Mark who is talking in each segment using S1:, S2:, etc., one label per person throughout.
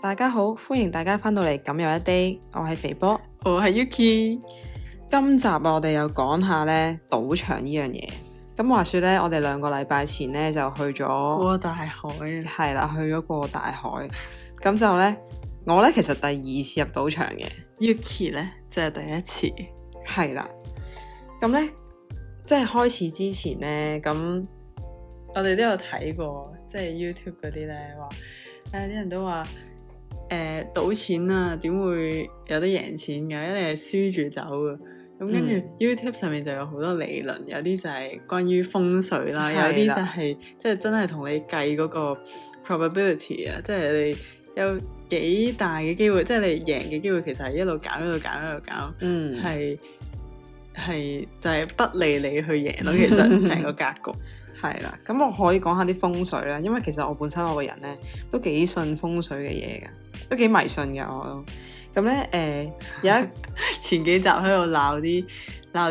S1: 大家好，歡迎大家翻到嚟《咁有一 day》，我係肥波。
S2: 我係 Yuki，
S1: 今集啊我哋又講下咧賭場呢樣嘢。咁話說咧，我哋兩個禮拜前咧就去咗，
S2: 過大海啊！
S1: 係啦，去咗過大海。咁就咧，我咧其實第二次入賭場嘅，
S2: Yuki 咧就係、第一次，
S1: 係啦。咁咧，即係開始之前咧，咁
S2: 我哋都有睇過，即係 YouTube 嗰啲咧話，誒啲人都話誒賭錢啊，點會有得贏錢㗎？一定係輸住走㗎。咁跟住
S1: 嗯
S2: YouTube 上面就有好多理論，有啲就係關於風水啦，
S1: 係
S2: 有
S1: 啦
S2: 啲就係即係真係同你計嗰個 probability 啊，即係你有幾大嘅機會，即係你贏嘅機會其實係一路減一路減一路減。
S1: 嗯
S2: 係係就係不利你去贏 咯。其實成個格局，
S1: 係啦。咁我可以講下啲風水啦，因為其實我本身我個人咧都幾信風水嘅嘢㗎，都幾迷信㗎我都。咁咧，誒、有一
S2: 前幾集喺度鬧啲 鬧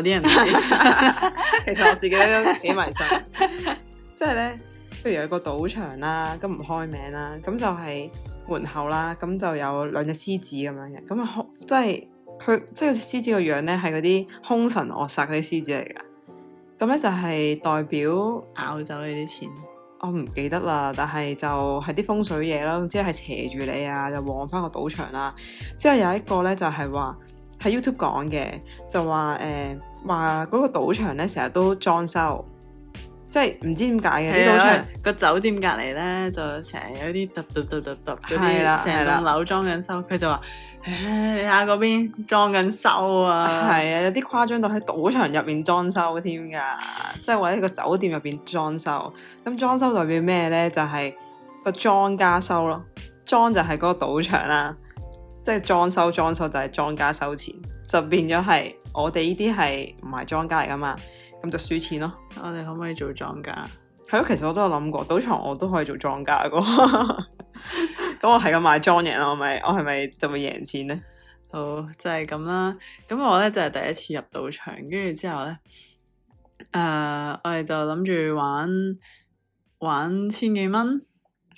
S2: 啲人唔理性，
S1: 其實我自己都幾迷信，即係咧，譬如有個賭場啦，咁唔開名啦，咁就係門口啦，咁就有兩隻獅子咁樣嘅，咁啊兇即係佢即係獅子個樣咧係嗰啲兇神惡煞嗰啲獅子嚟㗎，咁咧就係代表
S2: 咬走你啲錢。
S1: 我唔記得啦，但係就係啲風水嘢啦，即係斜住你啊，就旺翻個賭場啦。之後有一個咧就係話喺 YouTube 講嘅，就話誒話嗰個賭場咧成日都裝修，即係唔知點解嘅啲
S2: 係
S1: 賭
S2: 啊
S1: 場，
S2: 個酒店隔離咧就成日有啲揼揼揼揼揼嗰
S1: 係啦
S2: 啲，成
S1: 係啦
S2: 棟樓裝緊修，佢就話：唉，你睇下嗰邊裝緊修啊！
S1: 係啊，有啲誇張到喺賭場入面裝修添㗎，即係或者個酒店入邊裝修。咁裝修代表咩咧？就係、個莊家收咯，莊就係嗰個賭場啦，即係裝修裝修就係莊家收錢，就變咗係我哋呢啲係唔係莊家嚟㗎嘛，咁就輸錢咯。
S2: 我哋可唔可以做莊家？
S1: 係咯，其實我都有諗過，賭場我都可以做莊家㗎喎。 咁我係咁買莊贏啦，我咪我係咪就會贏錢咧？
S2: 好就係咁啦。咁我咧就係、第一次入賭場，跟住之後咧，誒、我哋就諗住玩玩千幾蚊，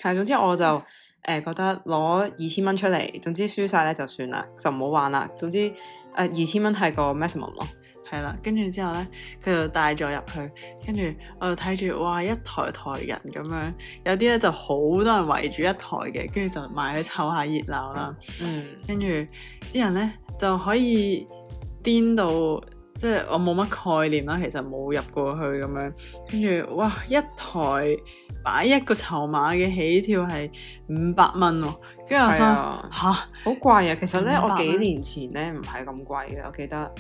S1: 係，總之我就 誒、呃、覺得攞二千蚊出嚟，總之輸晒咧就算啦，就唔好玩啦。總之誒二千蚊係個 maximum 咯，
S2: 係啦。跟住之後咧，佢就帶咗入去，跟住我就睇住，哇！一台台人咁樣，有啲咧就好多人圍住一台嘅，跟住就買去湊下熱鬧啦。
S1: 嗯，
S2: 跟住啲人咧就可以癲到，即係我冇乜概念啦，其實冇入過去咁樣。跟住哇，一台擺一個籌碼嘅起跳係五百蚊喎，跟住我
S1: 係
S2: 心
S1: 啊
S2: 嚇
S1: 好貴啊！其實咧，
S2: 500
S1: 我幾
S2: 蚊
S1: 年前咧唔係咁貴嘅，我記得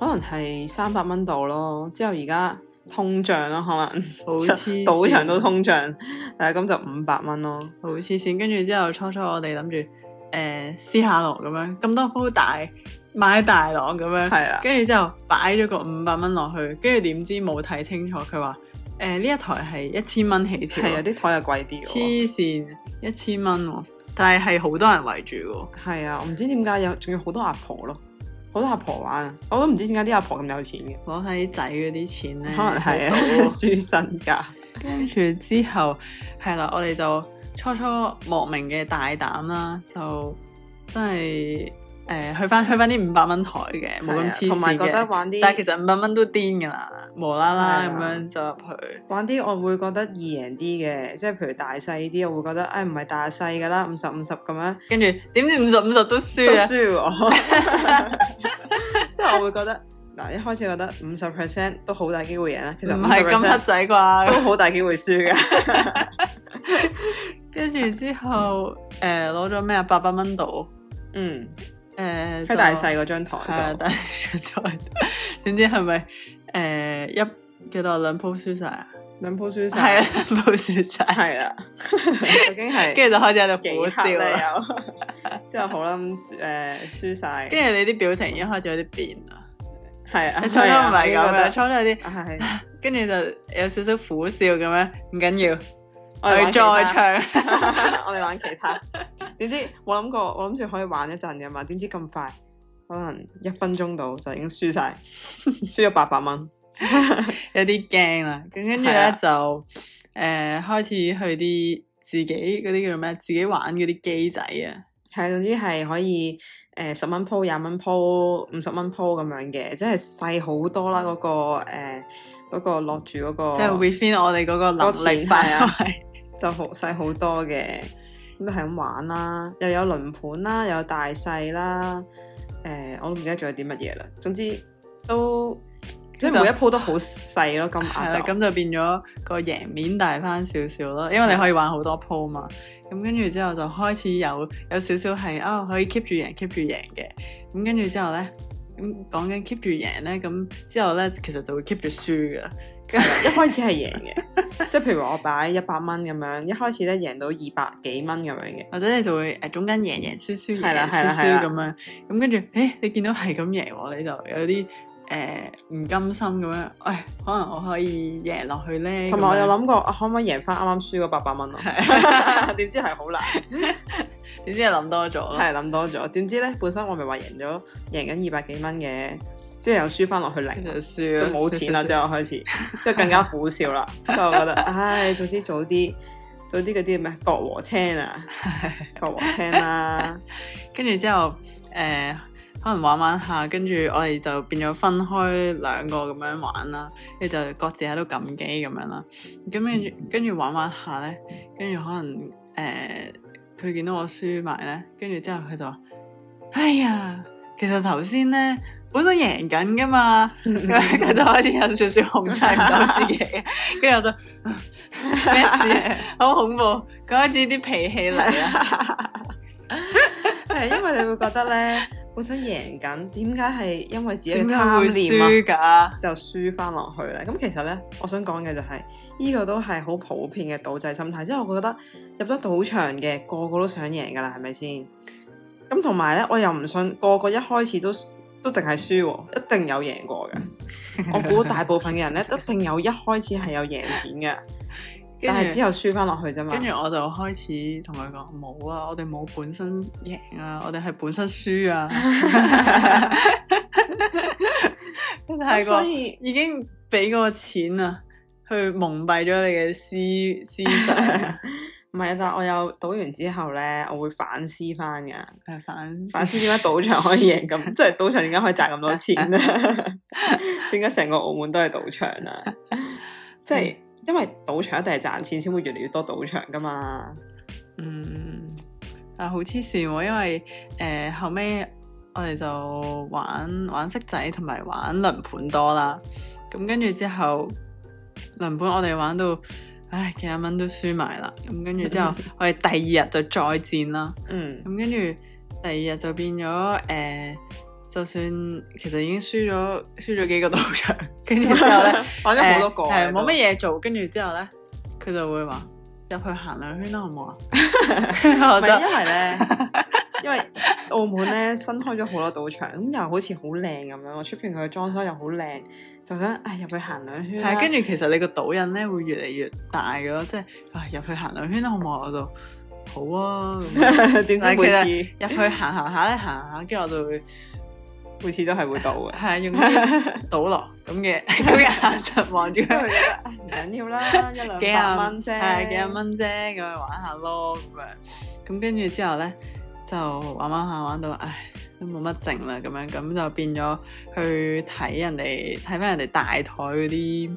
S1: 可能係三百蚊度咯。之後而家通脹咯，可能
S2: 好黐 線
S1: 賭場都通脹，誒咁就五百蚊咯。
S2: 好黐線。跟住之後初初我哋諗住誒私下落咁樣，咁多鋪大買大浪咁樣。
S1: 係啊，
S2: 跟住之後擺咗個五百蚊落去，跟住點知冇睇清楚，佢話誒呢一台係一千蚊起跳
S1: 係啊，
S2: 喎，
S1: 啲台又貴啲喎。
S2: 黐線一千蚊喎，但係係好多人圍住喎。
S1: 係啊，我唔知點解有，仲有好多阿婆咯，好多阿婆玩啊！我都唔知點解啲阿婆咁有錢嘅。
S2: 攞晒啲仔嗰啲錢咧，
S1: 可能係啊，
S2: 去
S1: 輸身家，
S2: 賭跟住之後係啦，我哋就初初莫名嘅大膽啦，就真係誒、呃去翻去翻啲五百蚊台嘅，冇咁黐
S1: 啊同埋
S2: 線
S1: 覺得
S2: 嘅。
S1: 玩
S2: 但係其
S1: 啲
S2: 實五百蚊都癲㗎啦，無啦啦
S1: 係啊
S2: 咁樣走入去，
S1: 玩啲，我會覺得易贏啲嘅，即係譬如大細啲，我會覺得誒唔係大細噶啦，五十五十咁樣
S2: 跟住點知五十五十都
S1: 都
S2: 輸啊！
S1: 輸我， 即係我會覺得嗱，一開始覺得五十 percent 都好大機會贏啦，其實
S2: 唔係咁黑
S1: 黑
S2: 仔
S1: 都
S2: 啩？
S1: 好大機會輸嘅，
S2: 跟住之後，誒攞咗咩啊？八百蚊度，
S1: 嗯，
S2: 誒
S1: 喺大
S2: 就
S1: 細嗰張
S2: 係啊
S1: 台，度，
S2: 大細 台。點知係咪誒一幾多兩鋪輸晒啊？
S1: 兩鋪輸
S2: 係啊，
S1: 晒，
S2: 兩鋪 輸晒，
S1: 係啦，究竟係
S2: 跟住就開始喺度
S1: 幾
S2: 苦
S1: 黑
S2: 笑啊
S1: 咧
S2: 啦。
S1: 又， 之後好啦，咁誒輸晒，
S2: 跟住你啲表情已經開始有啲變啦。
S1: 係啊，
S2: 你 初初唔係
S1: 係啊
S2: 咁
S1: 我都覺
S2: 嘅，
S1: 得
S2: 初初有啲，
S1: 係。
S2: 跟住就有少少苦笑咁樣，唔緊要，
S1: 我
S2: 我
S1: 哋
S2: 哋
S1: 玩其他
S2: 再 唱。
S1: 我哋玩其他。 點知我諗過，我諗住可以玩一陣嘅嘛，點知咁快，可能一分鐘到就已經輸 晒，輸咗八百蚊。
S2: 有啲驚啦，咁跟住
S1: 係啊
S2: 咧就誒、呃、開始去啲自己嗰啲叫做咩？自己玩嗰啲機仔啊，
S1: 係總之係可以誒十蚊鋪、廿蚊鋪、五十蚊鋪咁樣嘅，即係細好多啦嗰、個誒嗰、個落住嗰、個
S2: 即係 within 我哋嗰個能力
S1: 嗰個錢
S2: 範
S1: 係
S2: 圍。
S1: 就好細好多嘅，咁就係咁玩啦，又有輪盤啦，又有大細啦，誒、我都唔記得仲有啲乜嘢啦，總之都即
S2: 就
S1: 係每一鋪都好細咯，金
S2: 係啊
S1: 額
S2: 啦，
S1: 就
S2: 咁就變咗個贏面大翻少少咯，因為你可以玩好多鋪嘛。咁跟住之後就開始有有少少係啊，可以 keep 住贏，keep 住贏嘅。咁跟住之後咧，咁講緊 keep 住贏咧，咁之後咧其實就會 keep 住輸噶。
S1: 一開始係贏嘅，即係譬如話我擺一百蚊咁樣，一開始咧贏到二百幾蚊咁樣嘅，
S2: 或者你就會誒中間贏贏輸輸
S1: 係
S2: 贏
S1: 啦係
S2: 贏輸
S1: 啦係
S2: 輸
S1: 啦
S2: 咁樣，咁跟住誒你見到係咁贏喎，你就有啲誒唔甘心咁樣，誒可能我可以贏落去咧。
S1: 同埋我
S2: 咁
S1: 有
S2: 樣
S1: 諗過、啊可唔可以贏翻啱啱輸嗰八百蚊咯， 點知係好難，
S2: 點知係諗多咗咯。
S1: 係諗多咗，點知咧本身我咪話贏咗贏緊二百幾蚊嘅，之後又輸翻落去零啊
S2: 跟。住就輸
S1: 就
S2: 咯
S1: 冇錢啦，
S2: 輸
S1: 之後開始， 即係更加苦笑啦。所以我 覺得，唉，總之早啲，早啲嗰啲咩國和青 啊，國和青啦，
S2: 跟住之後，誒、可能玩玩下，跟住我哋就變咗分開兩個咁樣玩啦，跟住就各自喺度撳機咁樣啦。咁跟住跟住玩玩下咧，跟住可能誒，佢、見到我輸埋咧，跟住之後佢就話：哎呀，其實頭先咧。本身贏緊噶 嘛，咁樣佢就開始有少少控制唔到自己，跟住我就 咩事？好恐怖，佢開始啲脾氣嚟啊啦。
S1: 係因為你會覺得咧，本身贏緊，點解係因為自己嘅
S2: 點解會
S1: 貪念啊？
S2: 輸㗎？
S1: 就輸翻落去咧。咁其實咧，我想講嘅就係、呢、個都係好普遍嘅賭制心態，即係我覺得入得賭場嘅個個都想贏噶啦，係咪先？咁同埋咧，我又唔信個個一開始都都淨係輸喎，一定有贏過 嘅。我估大部分嘅人咧，一定有一開始係有贏錢嘅，但係
S2: 跟住
S1: 之後啊輸翻落去啫嘛
S2: 跟。住我就開始同佢講冇啊，我哋冇本身贏啊，我哋係本身 輸啊。太
S1: 咁
S2: 過
S1: 所以
S2: 已經俾嗰個錢啊，去蒙蔽咗你嘅思思想，
S1: 唔係，啊但係我有賭完之後咧，我會反思翻嘅，
S2: 係反
S1: 反思點解賭場可以贏 咁，即係賭場點解可以賺咁多錢咧？ 點解成個澳門都係賭場 啊？即
S2: 嗯
S1: 係因為賭場一定係賺錢先會越嚟越多賭場噶嘛。
S2: 嗯，但係好黐線喎，因為誒、呃、後尾我哋就玩玩骰仔同埋玩輪盤多啦，咁跟住之後輪盤我哋玩到唉幾廿蚊都輸埋啦，咁跟住之後我哋第二日就再戰啦，
S1: 嗯，
S2: 咁跟住第二日就變咗誒、呃就算其實已經輸咗輸咗幾個賭場，跟住之後咧。
S1: 玩咗好多個，
S2: 誒誒冇乜嘢做，跟住之後咧，佢就會話入去行兩圈啦，好 唔好啊？
S1: 唔
S2: 我
S1: 係
S2: 就
S1: 因為咧， 因為澳門咧新開咗好多賭場，咁又好似好靚咁樣，出邊佢嘅裝修又好靚，就想唉入去行兩圈啦
S2: 係跟住其實你個賭癮咧會越嚟越大嘅咯，即係啊入去行兩圈啦，好唔好啊？我就好啊，咁樣
S1: 點知
S2: 但係
S1: 每
S2: 其
S1: 次
S2: 入去行行下咧，行下，跟住我就會
S1: 每次都係會賭 嘅。
S2: 係 用啲賭落咁嘅咁嘅眼神望住
S1: 即係
S2: 佢
S1: 會。覺得唉唔緊要啦，一兩
S2: 幾
S1: 百
S2: 廿
S1: 蚊啫，
S2: 係幾廿蚊啫，咁樣玩下咯，咁樣。咁跟住之後咧，就玩玩下玩到，唉，都冇乜剩啦，咁樣咁就變咗去睇人哋睇翻人哋大台嗰啲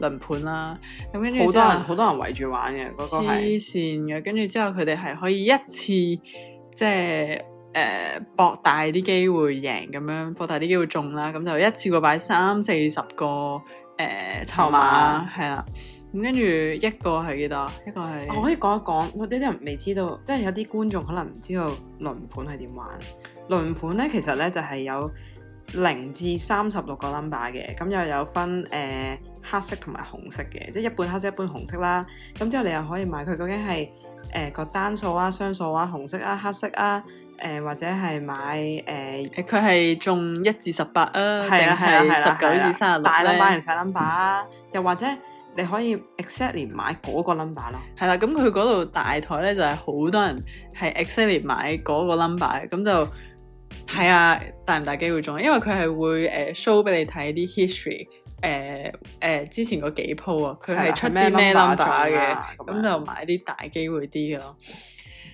S2: 輪盤啦。咁跟住
S1: 好
S2: 之
S1: 多
S2: 後
S1: 人好多人圍住玩嘅，嗰個係
S2: 黐線嘅，跟住之後佢哋係可以一次即係誒博大啲機會贏咁樣，博大啲機會中啦，咁就一次過擺三四十個誒、呃、籌碼
S1: 籌碼
S2: 係啦，咁跟住一個係幾多啊？一個係
S1: 我可以講一講，我啲人未知道，即係有啲觀眾可能唔知道輪盤係點玩。輪盤咧其實咧就係、有零至三十六個 number 嘅，咁又有分誒、呃黑色同埋紅色嘅，即係一半黑色一半紅色啦。咁之後你又可以買佢究竟係誒個單數啊、雙數啊、紅色啊、黑色啊，誒、或者係買誒。呃
S2: 誒佢係中一至十八啊，定
S1: 係啦係啦係
S2: 係
S1: 啦
S2: 十
S1: 係啦
S2: 九至三十
S1: 大
S2: 六
S1: number 定？
S2: 咧
S1: 細 number 啊，又或者你可以 exactly 買嗰個 number 咯。
S2: 係啦，咁佢嗰度大台咧就係好多人係 exactly 買嗰個 number，咁就睇下大唔大機會中，因為佢係會誒、呃 show 俾你睇啲 history，誒、呃、誒、呃之前嗰幾鋪啊，佢
S1: 係啦
S2: 係出
S1: 係咩啊
S2: 啲咩
S1: number
S2: number
S1: 中
S2: 嘅
S1: 啊，咁樣
S2: 咁就買啲大機會啲嘅咯。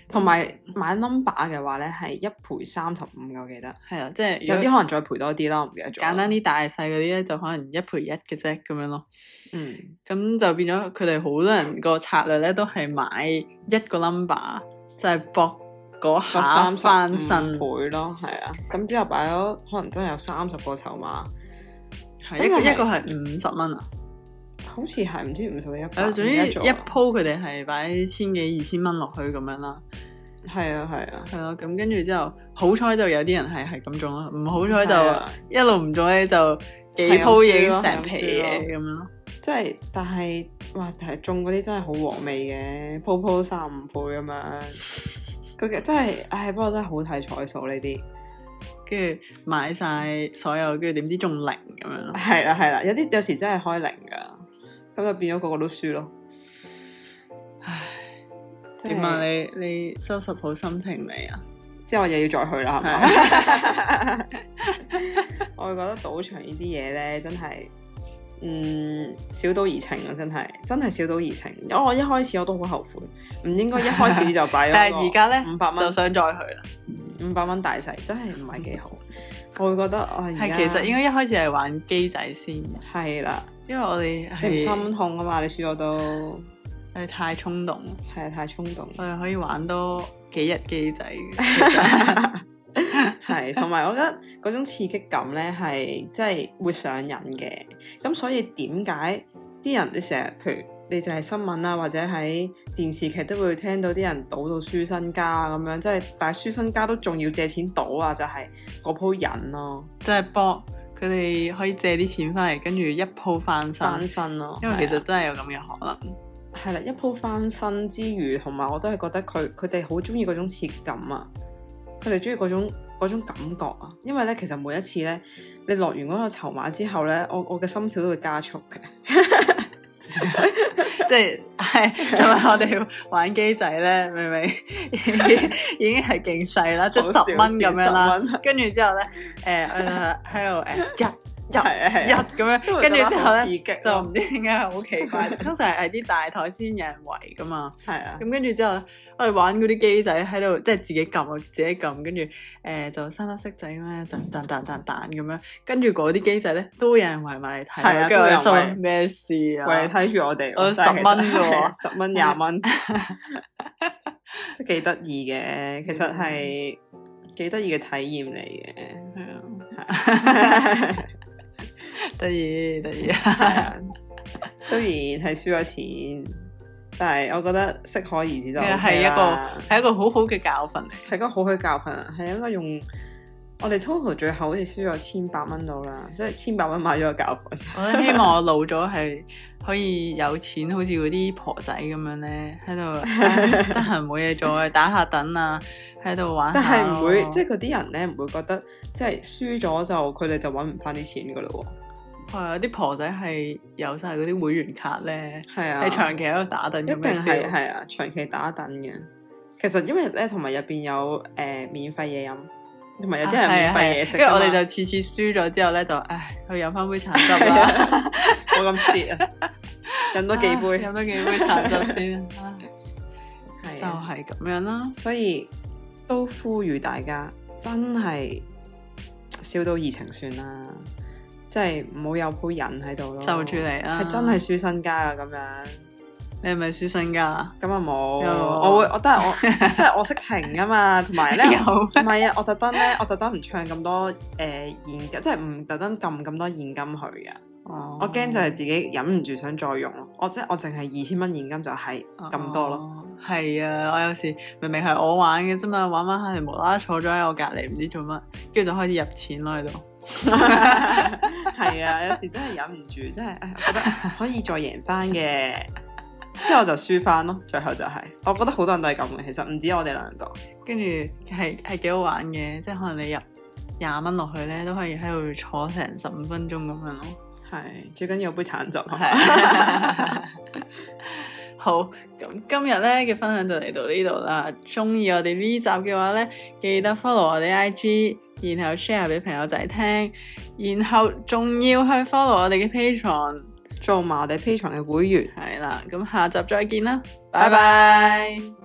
S1: 同埋
S2: 嗯
S1: 買 number 嘅話咧係一賠三十五嘅，我記得。
S2: 係啊，即係
S1: 有
S2: 有
S1: 啲
S2: 啲
S1: 可能再賠多啲啦，我唔記得咗。
S2: 簡單，啲大細嗰啲咧，就可能一賠一嘅啫咁樣咯。
S1: 嗯，
S2: 咁就變咗佢哋好多人個策略咧，都係買一個 number，就係搏嗰
S1: 個
S2: 下
S1: 三十嗯
S2: 翻
S1: 五
S2: 身，
S1: 倍咯，係啊。咁之後擺咗可能真係有三十個籌碼，
S2: 係一
S1: 咁
S2: 個
S1: 啊係
S2: 一個係五十蚊啊。
S1: 好似係唔知五十定一百，
S2: 誒，
S1: 唔記
S2: 總之
S1: 得咗啊
S2: 一鋪佢哋係擺千幾二千蚊落去咁樣啦，
S1: 係啊係啊，
S2: 係咯。咁跟住之後，好彩就有啲人係係咁中啦，唔好彩
S1: 係啊
S2: 就一路唔中咧就幾
S1: 係咁
S2: 鋪已
S1: 輸
S2: 經
S1: 咯
S2: 成皮
S1: 係咁輸
S2: 嘢
S1: 咯
S2: 咁樣咯。
S1: 即係但係哇，但係中嗰啲真係好和味嘅，鋪鋪三五倍咁樣。佢嘅真係，唉，不過真係好睇彩數呢啲，啊
S2: 跟住買晒所有，跟住點知中零咁樣咯。
S1: 係啦係啦，有啲有時真係開零噶，咁就變咗個個都輸咯。唉，即係
S2: 點啊？你你收拾好心情未啊？
S1: 之後我又要再去啦，係咪？ 我會覺得賭場呢啲嘢咧，真係，嗯，小賭怡情啊，真係，真係小賭怡情。因為我一開始我都好後悔，唔應該一開始就擺咗。
S2: 但係而家咧
S1: 啊五百
S2: 就
S1: 蚊，
S2: 想再去啦。
S1: 五百蚊大細，真係唔係幾 好。我會覺得啊，而
S2: 係
S1: 家
S2: 其實應該一開始係玩機仔先，
S1: 係啦，
S2: 因為我哋
S1: 你唔
S2: 係
S1: 心痛啊嘛，你輸咗都
S2: 係太衝動，
S1: 係啊太衝動。
S2: 我哋可以玩多幾日機仔嘅。
S1: 係，同埋我覺得嗰種刺激感咧係即係會上癮嘅。咁所以點解啲人你成日譬如你就係新聞啊啦，或者喺電視劇都會聽到啲人賭到輸身家咁樣，即係但係輸身家都仲要借錢賭啊，就係嗰鋪癮咯，
S2: 即係搏佢哋可以借啲錢翻嚟，跟住一鋪翻身。
S1: 翻身咯。
S2: 因為其
S1: 係
S2: 實
S1: 啊
S2: 真係有咁嘅可能，
S1: 係啦，一鋪翻身之餘，同埋我都係覺得佢佢哋好中意嗰種刺激感啊，佢哋中意嗰種嗰種感覺啊，因為咧其實每一次咧，你落完嗰個籌碼之後咧，我我嘅心跳都會加速嘅，
S2: 即係 係同埋我哋玩機仔咧，明唔明已經係勁細啦，即係
S1: 好
S2: 十
S1: 少
S2: 蚊咁樣啦
S1: 10蚊。
S2: 跟住之後咧，誒我就喺度誒
S1: 係啊
S2: 一
S1: 係
S2: 一
S1: 啊
S2: 咁
S1: 都
S2: 樣，
S1: 會
S2: 跟住
S1: 覺得
S2: 之後
S1: 好刺哦
S2: 咧
S1: 激咯
S2: 就唔知點解好奇怪。通常係啲大台先有人圍噶嘛。
S1: 係啊，
S2: 咁跟住之後咧，我哋玩嗰啲機仔喺度，即係自己撳啊，自己撳，跟住誒就三粒色啊仔咁樣，彈彈彈彈彈咁樣，跟住嗰啲機仔咧都有人圍埋嚟睇
S1: 係
S2: 啦，
S1: 啊
S2: 跟住
S1: 都
S2: 我
S1: 有
S2: 哋心
S1: 人
S2: 諗咩事
S1: 喂你
S2: 啊？
S1: 睇住我哋，
S2: 我
S1: 真係
S2: 10蚊
S1: 其實
S2: 啫喎
S1: 係十蚊廿 蚊，都幾得意嘅，其實係
S2: 嗯
S1: 幾得意嘅體驗嚟嘅，
S2: 係啊 得意得意，
S1: 係啊，雖然係輸咗錢，但係我覺得適可而止就 OK 啦
S2: 係一個係一個好好嘅教訓嚟。
S1: 係一個好嘅教訓啊，係應該用我哋 total 最後好似輸咗千八蚊到啦，即係千八蚊買咗個教訓。
S2: 我都希望我老咗係可以有錢，好似嗰啲婆仔咁樣咧，喺度唉得閒冇嘢做，打下等啊，喺度玩下
S1: 但係
S2: 咯。
S1: 唔會，即係嗰啲人咧唔會覺得即係輸咗就佢哋就揾唔翻啲錢噶咯
S2: 係啊，啲婆仔係有晒嗰啲會員卡咧，
S1: 喎。係啊，
S2: 係長期喺度打躉
S1: 一
S2: 咁
S1: 定
S2: 樣
S1: 係
S2: feel。
S1: 係啊，長期打等嘅。其實因為咧，同埋入邊有誒、呃免費嘢飲，同埋有啲人
S2: 係
S1: 免
S2: 啊
S1: 費
S2: 係
S1: 嘢
S2: 啊
S1: 食㗎
S2: 跟
S1: 嘛。
S2: 住我哋就次次輸咗之後咧，就唉去飲翻杯橙 汁啦，
S1: 冇咁蝕啊，飲多幾
S2: 啊
S1: 杯
S2: 飲多幾杯橙 汁先啊，
S1: 係
S2: 就
S1: 啊。
S2: 係咁樣啦。
S1: 所以都呼籲大家真係少到怡情算啦，即係唔好有鋪人喺度咯。
S2: 就住你啦，
S1: 哦係真係輸身家啊！咁樣
S2: 你係咪輸身家？
S1: 咁啊冇，
S2: 有
S1: 我會我都係我 即係我識停啊嘛，同 埋咧。
S2: 有
S1: 唔係啊！我特登咧，我特登唔唱咁多誒、呃、現金，即係唔特登撳咁多現金去嘅。
S2: 哦
S1: 我
S2: 我
S1: 驚就係自己忍唔住想再用咯。我即係我淨係二千蚊現金就係
S2: 哦
S1: 咁多咯。
S2: 咯。係啊，我有時明明係我玩嘅啫嘛，玩玩下你無啦啦坐咗喺我隔離，唔知做乜，跟住就開始入錢咯喺度。
S1: 係啊，有時真係忍唔住，真係唉我覺得可以再贏翻嘅。之後就輸翻咯，最後就係、我覺得好多人都係咁嘅。其實唔止我哋兩個，
S2: 跟住係係幾好玩嘅，即係可能你入廿蚊落去咧，都可以喺度坐成十五分鐘咁樣咯。
S1: 係最緊要有杯橙汁啊。
S2: 係 好，咁今日咧嘅分享就嚟到呢度啦。中意我哋呢集嘅話咧，記得 follow 我哋 IG，然後 share 俾朋友仔聽，然後仲要去 follow 我哋嘅 Patreon。
S1: 做埋我哋 P 場嘅會員。
S2: 係啦，咁下集再見啦，
S1: 拜
S2: 拜拜